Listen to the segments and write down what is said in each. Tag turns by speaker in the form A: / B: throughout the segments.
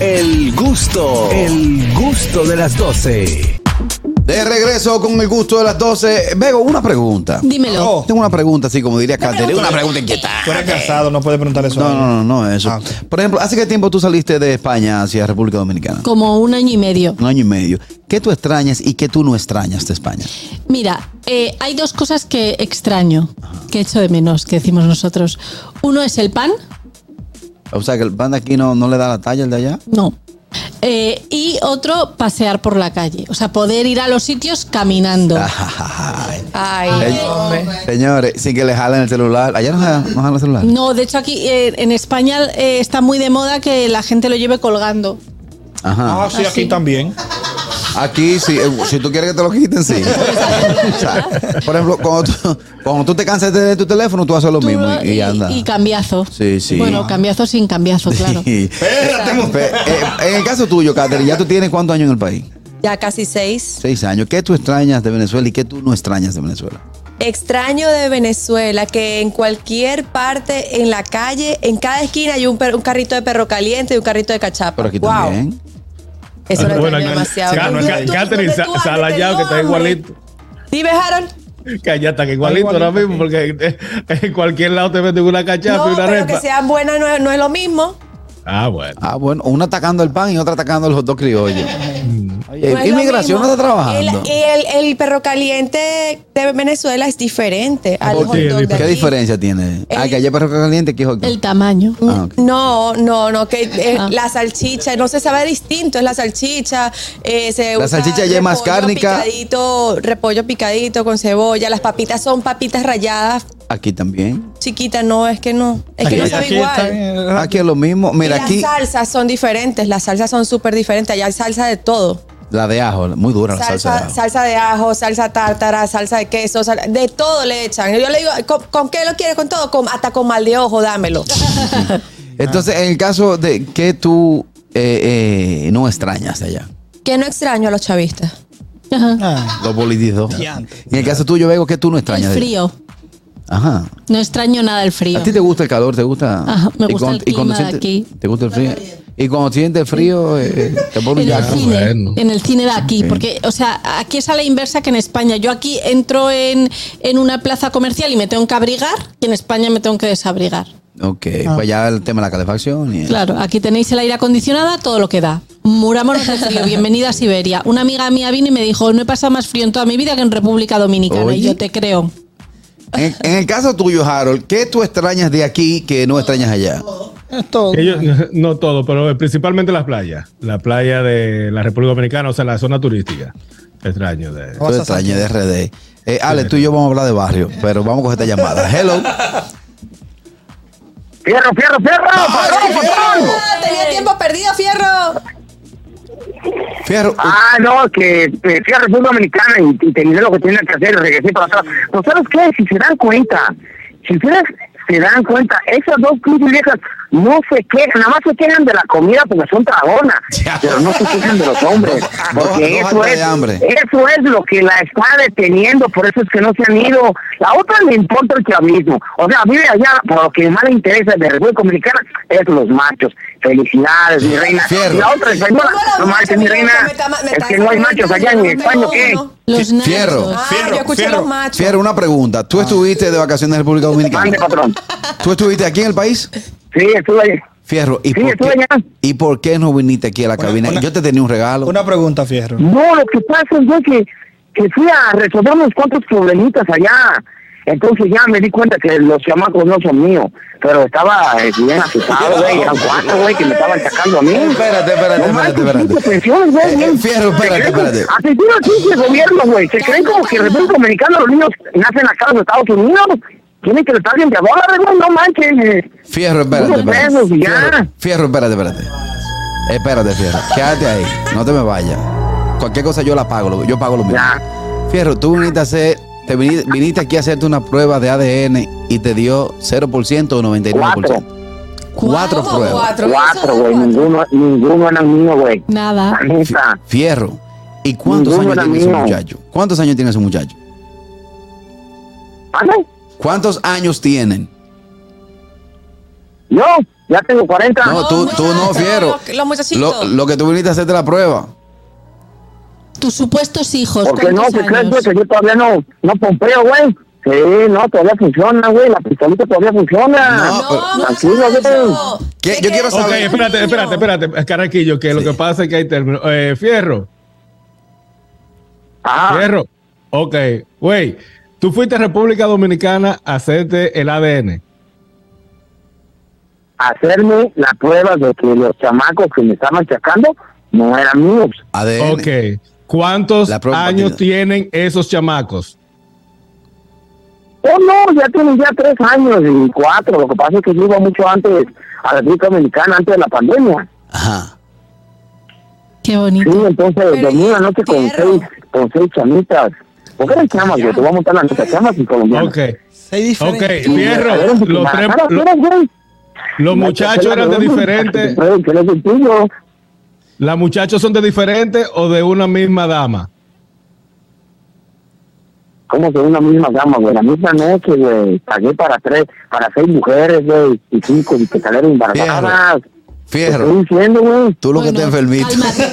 A: El gusto, el gusto de las 12.
B: De regreso con el gusto de las 12. Vego, una pregunta.
C: Dímelo. Eh.
B: Oh, Tengo una pregunta así, como diría Cáceres. Una pregunta inquietante.
D: Tú eres casado, no puedes preguntar eso. a
B: No,
D: nadie.
B: no, no, no, eso.
D: Ah.
B: Por ejemplo, ¿hace qué tiempo tú saliste de España hacia República Dominicana?
C: Como un año y medio.
B: Un año y medio. ¿Qué tú extrañas y qué tú no extrañas de España?
C: Mira, eh, hay dos cosas que extraño, que echo de menos, que decimos nosotros. Uno es el pan,
B: O sea, que el pan de aquí no, no le da la talla el de allá.
C: no. Eh, y otro, pasear por la calle. O sea, poder ir a los sitios caminando.
B: Ah.
E: Ay,
B: Ey,
E: hombre.
B: Señores, sin que le jalen el celular. Allá no jalan, no jalan el celular.
C: No, de hecho aquí eh, en España eh, está muy de moda que la gente lo lleve colgando.
B: Ajá.
D: Ah, sí, aquí
C: Así.
D: también.
B: Aquí, sí, eh, si tú quieres que te lo quiten, sí. O sea, por ejemplo, cuando tú, cuando tú te cansas de tu teléfono, tú haces lo
C: Tú
B: mismo
C: lo-
B: y, y anda.
C: y cambiazo.
B: Sí, sí.
C: Bueno, cambiazo sin cambiazo, claro.
B: Espérate, mujer. Eh, en el caso tuyo, Catherine, ¿ya tú tienes cuántos años en el país?
E: Ya casi seis.
B: Seis años. ¿Qué tú extrañas de Venezuela y qué tú no extrañas de Venezuela?
E: Extraño de Venezuela que en cualquier parte, en la calle, en cada esquina hay un, per- un carrito de perro caliente y un carrito de cachapa.
B: Pero aquí
E: Wow.
B: también.
E: Eso lo
F: Bueno,
E: extraño
F: acá-
E: demasiado.
F: Claro,
E: ¿Dónde
F: acá-
E: tú-
F: Catherine
E: dónde tú
F: Sa-
E: andas?
F: Salayao, que está
E: Nombre.
F: igualito.
E: Dime, Harold.
F: Que allá están igualito ahora mismo, porque eh, en cualquier lado te venden una cachapa y
E: No,
F: una
E: pero
F: repa.
E: que sean buenas no es, no es lo mismo.
F: Ah, bueno.
B: Ah, bueno, una atacando el pan y otra atacando el hot dog criollo. Oye,
E: Mm. No es lo
B: Eh, inmigración no
E: mismo.
B: está trabajando.
E: El, el, el perro caliente de Venezuela es diferente al
F: ¿Por
E: hot
F: qué?
E: dog de
F: ¿Qué
B: ¿Qué
E: aquí.
B: diferencia tiene?
E: El-
B: ah, que allá hay perro caliente, aquí hot dog.
C: El tamaño.
B: Ah, ok.
E: No, no, no, que eh,
C: Ah.
E: la salchicha, no se sabe distinto, es la salchicha. eh, se
B: La
E: usa
B: salchicha ya es más
E: repollo
B: cárnica.
E: Picadito, repollo picadito con cebolla, las papitas son papitas rayadas,
B: Aquí también.
E: chiquitas, no, es que no, es que no sabe
D: aquí
E: igual.
D: está-
B: Aquí es lo mismo.
E: Y
B: Mira,
E: las
B: aquí
E: salsas son diferentes, las salsas son súper diferentes, allá hay salsa de todo.
B: la de ajo, muy dura la salsa. de ajo.
E: salsa de ajo, salsa tártara, salsa de queso, sal- de todo le echan. Yo le digo, ¿con, con qué lo quieres? Con todo, con, hasta con mal de ojo, dámelo.
B: Entonces, en el caso de que tú eh, eh, no extrañas de allá,
E: que no extraño a los chavistas.
C: Ajá.
D: Ah,
B: los boliditos. En el caso tuyo, Vego, que tú no
C: El
B: extrañas. de-
C: frío.
B: Ajá.
C: No extraño nada el frío.
B: ¿A ti te gusta el calor? ¿Te gusta?
C: Ajá, me gusta el clima de
B: sientes-
C: aquí.
B: ¿Te gusta el frío? Y cuando sientes frío, eh, te pone un
C: en el
B: yaco.
C: cine,
F: bueno.
C: en el cine de aquí, porque, o sea, aquí es a la inversa que en España. Yo aquí entro en, en una plaza comercial y me tengo que abrigar, y en España me tengo que desabrigar.
B: Ok, pues ya el tema de la calefacción. Y
C: Claro, aquí tenéis el aire acondicionado, todo lo que da. Murámonos de frío, bienvenida a Siberia. Una amiga mía vino y me dijo, no he pasado más frío en toda mi vida que en República Dominicana,
B: Oye.
C: y yo te creo.
B: En, en el caso tuyo, Harold, ¿qué tú extrañas de aquí que no extrañas allá?
D: es todo.
F: Ellos, no todo, pero eh, principalmente las playas. La playa de la República Dominicana, o sea, la zona turística. Extraño de.
B: Tú extrañas de RD. Eh, Ale, tú y yo vamos a hablar de barrio, pero vamos a coger esta llamada. Hello.
G: ¡Fierro, fierro, fierro! ¡Patrón, patrón!
E: Ah, tenía tiempo perdido, fierro.
B: Fierro, u-
G: Ah, no, que eh, fui a República Dominicana y, y terminé lo que tenía que hacer y regresé para atrás. Pero ¿sabes qué? Si se dan cuenta, si ustedes se dan cuenta, esas dos pinches viejas no se quejan, nada más se quejan de la comida porque son tragonas, pero no se quejan de los hombres, porque
B: No, no
G: eso
B: falta de
G: es,
B: hambre.
G: eso es lo que la está deteniendo, por eso es que no se han ido. La otra le importa el chavismo, o sea, vive allá, por lo que más le interesa de República Dominicana es los machos. Felicidades, mi reina.
B: Fierro.
G: Y la otra española,
E: ¿Cómo los
G: no manches,
E: machos,
G: mi
E: mi
G: reina,
E: amor, que me cama- me
G: es que
E: estás
G: no hay
E: haciendo
G: machos
E: daño,
G: allá en
E: yo no
G: España,
E: tengo
G: ¿qué?
E: uno.
C: Los
B: Fi- fierro.
C: nachos.
E: Ah,
D: Fierro,
E: yo escuché
D: fierro.
E: los machos.
B: Fierro, una pregunta. ¿Tú estuviste de vacaciones en República
G: Mande,
B: Dominicana?
G: patrón.
B: ¿Tú estuviste aquí en el país?
G: Sí, estuve ahí.
B: Fierro, ¿y,
G: Sí,
B: por
G: estuve
B: qué,
G: allá.
B: ¿y por qué no viniste aquí a la
D: Una-
B: cabina?
D: una-
B: Yo te tenía un regalo.
D: Una pregunta, Fierro.
G: No, lo que pasa es de que, que fui a resolver unos cuantos problemitas allá. Entonces ya me di cuenta que los chamacos no son míos. Pero estaba eh, bien asustado, güey. Eran cuatro, güey, que me estaban sacando a mí.
B: Espérate, espérate,
G: No
B: espérate,
G: manches,
B: espérate.
G: cinco pensiones, güey,
B: Eh,
G: bien.
B: Fierro, espérate,
G: Se creen como-
B: espérate.
G: Asesino chiste de gobierno, güey. Se creen como que en República Dominicana los niños nacen acá en los Estados Unidos. Tienen que estar bien de dólares, güey. No manches. eh.
B: Fierro, espérate,
G: Unos
B: espérate.
G: pesos y ya.
B: Fierro, Fierro, espérate, espérate. Eh, Espérate, Fierro. Quédate ahí. No te me vayas. Cualquier cosa yo la pago. lo- Yo pago lo mismo.
G: Ya.
B: Fierro, tú viniste a hacer... Te vini- viniste, aquí a hacerte una prueba de ADN y te dio 0% o 99%. Cuatro
E: ¿Cómo
B: pruebas.
E: Cuatro,
G: Cuatro,
E: Eso,
G: güey. Ninguno, ninguno era mío, güey.
C: Nada.
G: La neta.
B: Fi- Fierro. ¿Y cuántos años
G: Ninguno era
B: tiene ese
G: mío.
B: muchacho? ¿Cuántos años tiene ese muchacho?
G: ¿Vale?
B: ¿Cuántos años tienen?
G: Yo, Ya tengo 40.
B: No, tú, tú no, fiero.
E: Los- los
B: Lo,
E: muchachitos.
B: lo que tú viniste a hacerte la prueba.
C: Tus supuestos hijos.
G: Porque no,
C: ¿cuántos
G: que crees
C: años?
G: güey, que yo todavía no, no pompeo, güey. Sí, no, todavía funciona, güey. La pistolita todavía funciona.
B: No, pero-
G: Tranquilo, güey.
E: muchacho.
B: ¿Qué-
E: Te
B: yo quiero
E: quedas
B: saber-
F: Ok,
E: niño.
F: espérate, espérate, espérate, Caraquillo, que lo que pasa es que hay términos. Eh, fierro,
G: Ah,
F: fierro. Ok, güey, tú fuiste a República Dominicana a hacerte el ADN.
G: hacerme la prueba de que los chamacos que me estaban chacando no eran míos.
B: ADN.
F: Ok, ¿cuántos
B: La prueba
F: años
B: partida.
F: tienen esos chamacos?
G: Oh, no, ya tienen ya tres años y cuatro. Lo que pasa es que yo iba mucho antes a la República Dominicana, antes de la pandemia.
B: Ajá.
C: Qué
G: Sí,
C: bonito.
G: entonces
E: Pero,
G: dormí
E: ¿y
G: una noche con
E: entierro?
G: seis, con seis chamitas. ¿Por qué eran chamas? Yo te voy a montar la neta, chamas y colombianas.
F: Ok,
D: Seis
F: ok,
D: diferentes.
F: fierro,
G: Eran
F: los, tres-
G: chamacadas,
F: lo-
G: eran, güey.
F: los
G: No,
F: muchachos eran de
G: que
F: diferentes,
G: prueben que eres el tuyo.
F: ¿Las muchachos son de diferentes o de una misma dama?
G: ¿Cómo que una misma gama, güey? La misma noche, güey. Pagué para tres, para seis mujeres, güey. Y cinco, y que salieron embarazadas. Te
B: Fierro.
G: estoy diciendo, güey.
B: Tú lo que te
C: Bueno,
B: enfermito.
C: cálmate,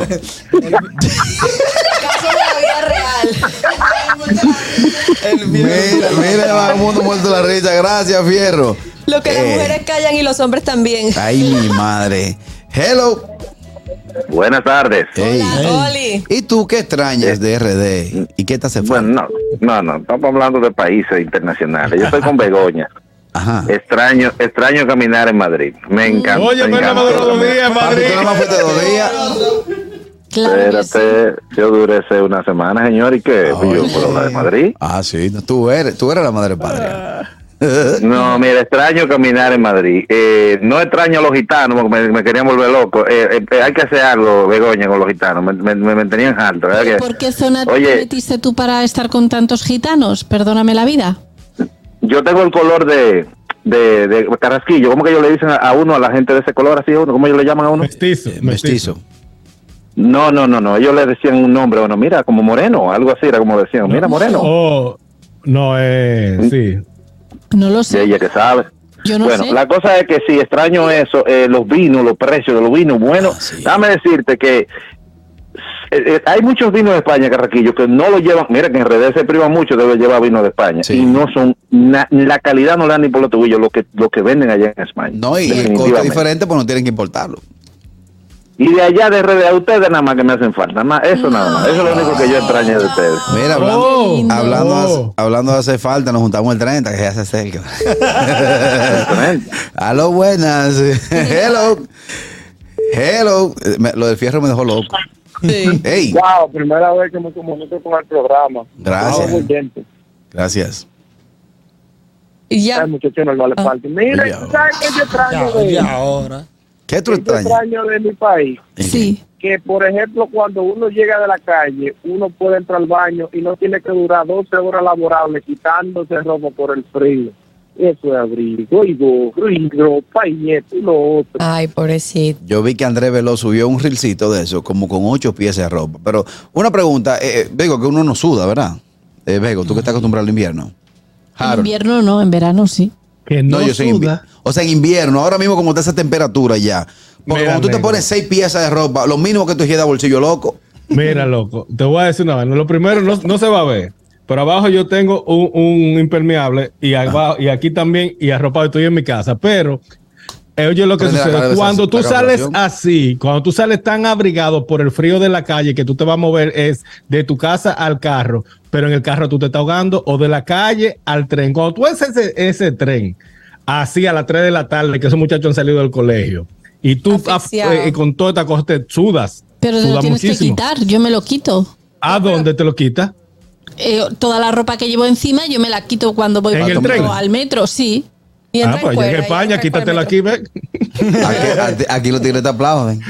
B: Fierro.
E: Caso de la vida real.
B: Mira, mira, va el mundo muerto de la risa. Gracias, Fierro.
E: Lo que las
B: Eh.
E: mujeres callan y los hombres también.
B: Ay, mi madre. Hello.
H: Buenas tardes.
B: Ey.
E: Hola, Oli.
B: ¿Y tú qué extrañas de RD? ¿Y qué te hace falta?
H: Bueno, no, no, no, estamos hablando de países internacionales. Yo estoy con Begoña.
B: Ajá.
H: eh, Extraño, extraño caminar en Madrid. Me encanta.
F: Oye,
H: me
F: pero la
H: encanta.
F: madre los días,
B: Papi,
F: Madrid.
B: tú nada más fuiste dos días.
C: Claro que sí.
H: Espérate, yo duré hace una semana, señor, y que yo por la de Madrid.
B: Ah, sí. no, Tú eres, tú eres la madre patria.
H: No, mira, extraño caminar en Madrid. Eh, no extraño a los gitanos, porque me, me querían volver loco. Eh, eh, eh, hay que hacer algo, Begoña, con los gitanos. Me, me, me mantenían alto. ¿verdad?
C: ¿Pero
H: que-
C: ¿Por qué zona te
H: Oye.
C: metiste tú para estar con tantos gitanos? Perdóname la vida.
H: Yo tengo el color de, de, de carrasquillo. ¿Cómo que ellos le dicen a, a uno, a la gente de ese color así? a uno? ¿Cómo ellos le llaman a uno?
F: Mestizo, mestizo.
B: Eh, Mestizo.
H: No, no, no, no. Ellos le decían un nombre a uno. Mira, como moreno, algo así era como decían. Mira, moreno.
F: Oh, no, eh, sí.
C: No lo
H: Y
C: sé.
H: ella que sabe.
C: Yo no
H: bueno,
C: sé.
H: la cosa es que sí, extraño eso, eh, los vinos, los precios de los vinos. Bueno,
B: Ah, sí.
H: dame decirte que eh, eh, hay muchos vinos de España, Carraquillo, que no lo llevan. Mira, que en redes se priva mucho de llevar vino de España.
B: Sí.
H: Y no son, na- la calidad no la dan ni por los tubillos, lo que, lo que venden allá en España.
B: No, y el costo es
H: Definitivamente.
B: diferente, pues no tienen que importarlo.
H: Y de allá de RD a ustedes nada más que me hacen falta. Nada más, eso nada más. Eso es lo único que yo extraño de ustedes.
B: Mira, hablando,
F: Oh,
C: lindo.
B: hablando,
F: oh.
B: hace- hablando de hacer falta, nos juntamos el 30, que ya se acerca.
H: Exactamente.
B: Aló, buenas. Hello. Hello. Eh, me- lo del fierro me dejó loco. Hey,
G: Wow, primera vez que me comunico con el programa.
B: Gracias.
G: Wow, oyente.
B: gracias.
E: Y ya.
G: Ay, este muchacho, no vale falta. Mira,
B: Ya.
G: ¿tú ¿sabes qué yo extraño
D: Ya,
G: de,
D: ya ahora.
B: ¿Qué tú
G: qué yo
B: extrañas?
G: extraño de mi país?
C: Sí.
G: Que, por ejemplo, cuando uno llega de la calle, uno puede entrar al baño y no tiene que durar 12 horas laborables quitándose ropa por el frío. Eso es abrigo, y gorro, y ropa, y esto y lo otro.
E: Ay, pobrecito.
B: Yo vi que Andrés Veló subió un reelcito de eso, como con ocho piezas de ropa. Pero una pregunta, eh, eh, Vego, que uno no suda, ¿verdad? Eh, Vego, tú que estás acostumbrado al invierno.
C: En
B: Harold.
C: invierno no, en verano sí.
F: Que
B: No, yo soy en invi- O sea, en invierno, ahora mismo como está esa temperatura ya. Porque
F: Mira,
B: cuando tú te
F: negro.
B: pones seis piezas de ropa, lo mínimo que tú llegas bolsillo loco.
F: Mira, loco, te voy a decir una vaina. Lo primero, no, no se va a ver. Pero abajo yo tengo un, un impermeable y, abajo- y aquí también, y arropado estoy en mi casa. Pero, eh, oye, lo que
B: Prende la
F: sucede,
B: cabeza,
F: cuando tú
B: la
F: sales
B: calefacción.
F: así, cuando tú sales tan abrigado por el frío de la calle que tú te vas a mover es de tu casa al carro, pero en el carro tú te estás ahogando, o de la calle al tren. Cuando tú ves ese, ese tren, así a las 3 de la tarde, que esos muchachos han salido del colegio, y tú af-
E: Asfixiado.
F: eh, con toda esta cosa te sudas.
C: Pero te lo
F: sudas
C: tienes que quitar, yo me lo quito.
F: ¿A Ah, dónde te lo quita?
C: Eh, toda la ropa que llevo encima yo me la quito cuando voy
F: ¿En
C: por
B: el
C: ejemplo,
B: tren?
C: al metro, sí.
E: Y
F: Ah,
E: entra
F: pues
E: cuerda,
F: llega a
E: y
F: España,
E: entra
F: quítatelo
E: cuerda.
F: aquí, ve.
B: Aquí, aquí- aquí los tigres te aplauden.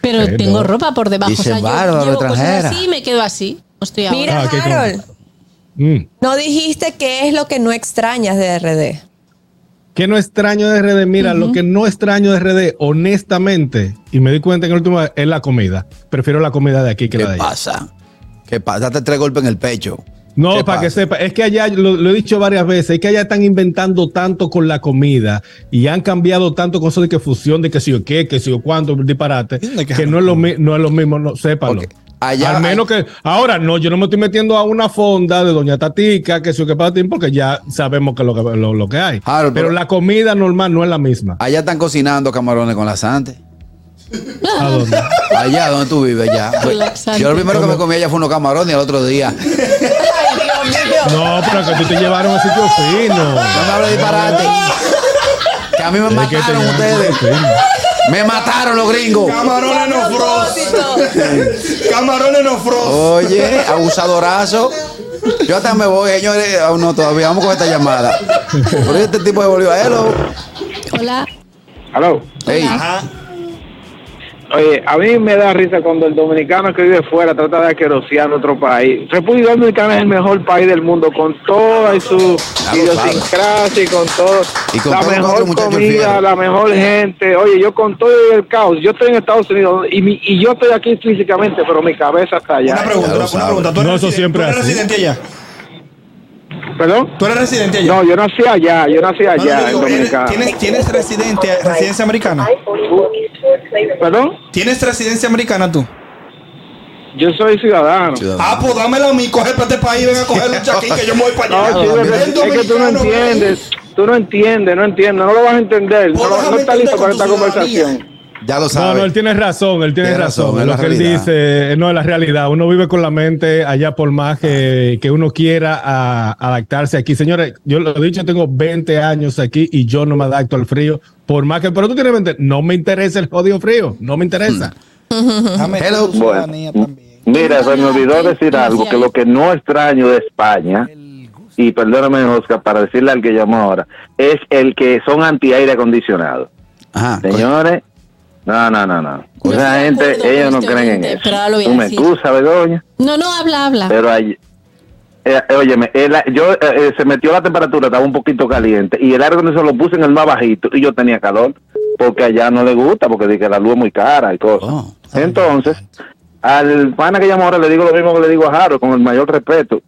C: Pero
F: Eh,
C: tengo
F: no.
C: ropa por debajo.
B: Dice,
C: o sea, yo
B: bárbaro,
C: llevo cosas
B: extranjera.
C: así y me quedo así. No estoy ahora.
E: Mira,
F: Ah, qué cosa.
E: Harold,
F: Mm.
E: no dijiste qué es lo que no extrañas de RD.
F: ¿Qué no extraño de RD? Mira, lo que no extraño de RD, honestamente, y me di cuenta en el último, es la comida. Prefiero la comida de aquí que
B: ¿Qué
F: la de allá.
B: pasa? ¿Qué pasa? Date tres golpes en el pecho.
F: No,
B: ¿Qué
F: para que
B: pasa?
F: sepa, es que allá, lo, lo he dicho varias veces, es que allá están inventando tanto con la comida y han cambiado tanto cosas de que fusión, de que si o qué, que si o cuánto, disparate,
D: ¿Dónde
F: que
D: quedaron?
F: no es lo, mi- no es lo mismo, no, sépanlo.
B: Ok, allá
F: Al menos que, ahora no, yo no me estoy metiendo a una fonda de Doña Tatica, que si o qué patín, porque ya sabemos que lo, que- lo, lo que hay.
B: Harold,
F: pero,
B: pero-
F: la comida normal no es la misma.
B: Allá están cocinando camarones con laxante. Ah,
F: ¿A dónde?
B: Allá donde tú vives, allá.
C: Con laxante.
B: Yo lo primero que me comí allá fue unos camarones y al otro día.
E: Ay, Dios mío.
F: No, pero que tú te llevaron a sitio fino.
B: No me hables de disparate. Que a mí me
F: Es que te
B: mataron
F: llevaron a
B: ustedes.
F: sitio fino.
B: Me mataron los gringos.
E: A
I: Camarones no frost.
E: propósito.
I: Camarones no frost.
B: Oye, abusadorazo. Yo hasta me voy, señores. Aún no, todavía vamos con esta llamada. Por este tipo de volvió. Hello.
C: Hola.
H: Aló.
B: Hey.
I: Ajá.
H: Oye, a mí me da risa cuando el dominicano que vive fuera trata de aquerosear otro país. República Dominicana es el mejor país del mundo con toda su
B: Claro,
H: idiosincrasia y con todo.
B: Y con
H: la
B: todo lo que
H: mejor
B: muchacho
H: comida,
B: fiero.
H: la mejor gente. Oye, yo con todo el caos, yo estoy en Estados Unidos y, mi- y yo estoy aquí físicamente, pero mi cabeza está
I: Una
H: allá.
I: pregunta,
B: Ya lo
I: una
B: sabe.
I: pregunta. ¿Tú eres
F: No, eso
I: residen-
F: siempre
I: ¿tú eres
F: así.
I: residente allá?
H: ¿Perdón?
I: ¿Tú eres residente allá?
H: No, yo nací allá, yo nací
I: No, no,
H: allá
I: yo
H: en
I: digo, ¿eres-
H: Dominicana.
I: ¿tienes, ¿Tienes residente, residencia americana?
H: ¿Perdón?
I: ¿Tienes residencia americana tú?
H: Yo soy ciudadano.
I: Ah, pues dámela a mí, coge para este país, ven a coger un chaquín que yo me voy para
H: No,
I: allá.
H: chico,
I: Ven,
H: es, que- es que tú no
I: dominicano, ven.
H: entiendes, tú no entiendes, no entiendes, no lo vas a entender,
I: Pues
H: no, lo- no
I: déjame
H: estás listo
I: entender
H: para
I: con tu
H: esta
I: ciudadanía.
H: conversación.
B: Ya lo
F: No, no,
B: sabes.
F: él tiene razón, él tiene,
B: Tiene razón,
F: razón.
B: es
F: lo
B: la
F: que él
B: realidad.
F: dice, eh, no es la realidad. Uno vive con la mente allá por más que, que uno quiera a- adaptarse aquí. Señores, yo lo he dicho, tengo 20 años aquí y yo no me adapto al frío. Por más que, pero tú tienes 20, no me interesa el jodido frío, no me interesa.
B: Hmm.
I: Dame
B: Hello.
I: tu ciudadanía también.
H: Mira, se me olvidó decir algo, que lo que no extraño de España, y perdóname Oscar, para decirle al que llamó ahora, es el que son anti aire acondicionado.
B: Ajá.
H: Señores, no, no, no, no.
C: Yo estoy
H: Esa
C: de
H: gente,
C: acuerdo
H: ellos
C: con
H: no
C: este
H: creen en
C: oyente,
H: eso.
C: pero ahora lo voy a
H: Tú me
C: decir.
H: excusa, Begoña.
C: No, no, habla, habla.
H: Pero ahí, eh, eh, óyeme, el- yo eh, eh, se metió la temperatura, estaba un poquito caliente y el aire acondicionado lo puse en el más bajito y yo tenía calor porque allá no le gusta porque dice que la luz es muy cara y cosas.
B: Oh, está bien.
H: Entonces, al pana que llamo ahora le digo lo mismo que le digo a Jaro con el mayor respeto.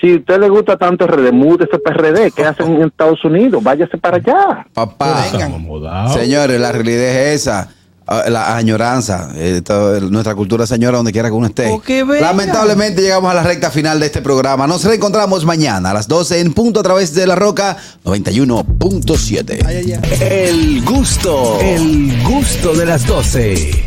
H: Si a usted le gusta tanto RD, múdese PRD,
B: Oh.
H: ¿qué hacen en Estados Unidos? Váyase para allá.
B: Papá.
F: Estamos mudados.
B: Señores, la realidad es esa. Ah, La añoranza, eh, todo- nuestra cultura señora, donde quiera que uno esté.
I: Oh, qué bella.
B: Lamentablemente llegamos a la recta final de este programa. Nos reencontramos mañana a las 12 en punto a través de la roca 91.7.
I: Ay, ay, ay.
A: El gusto, el gusto de las 12.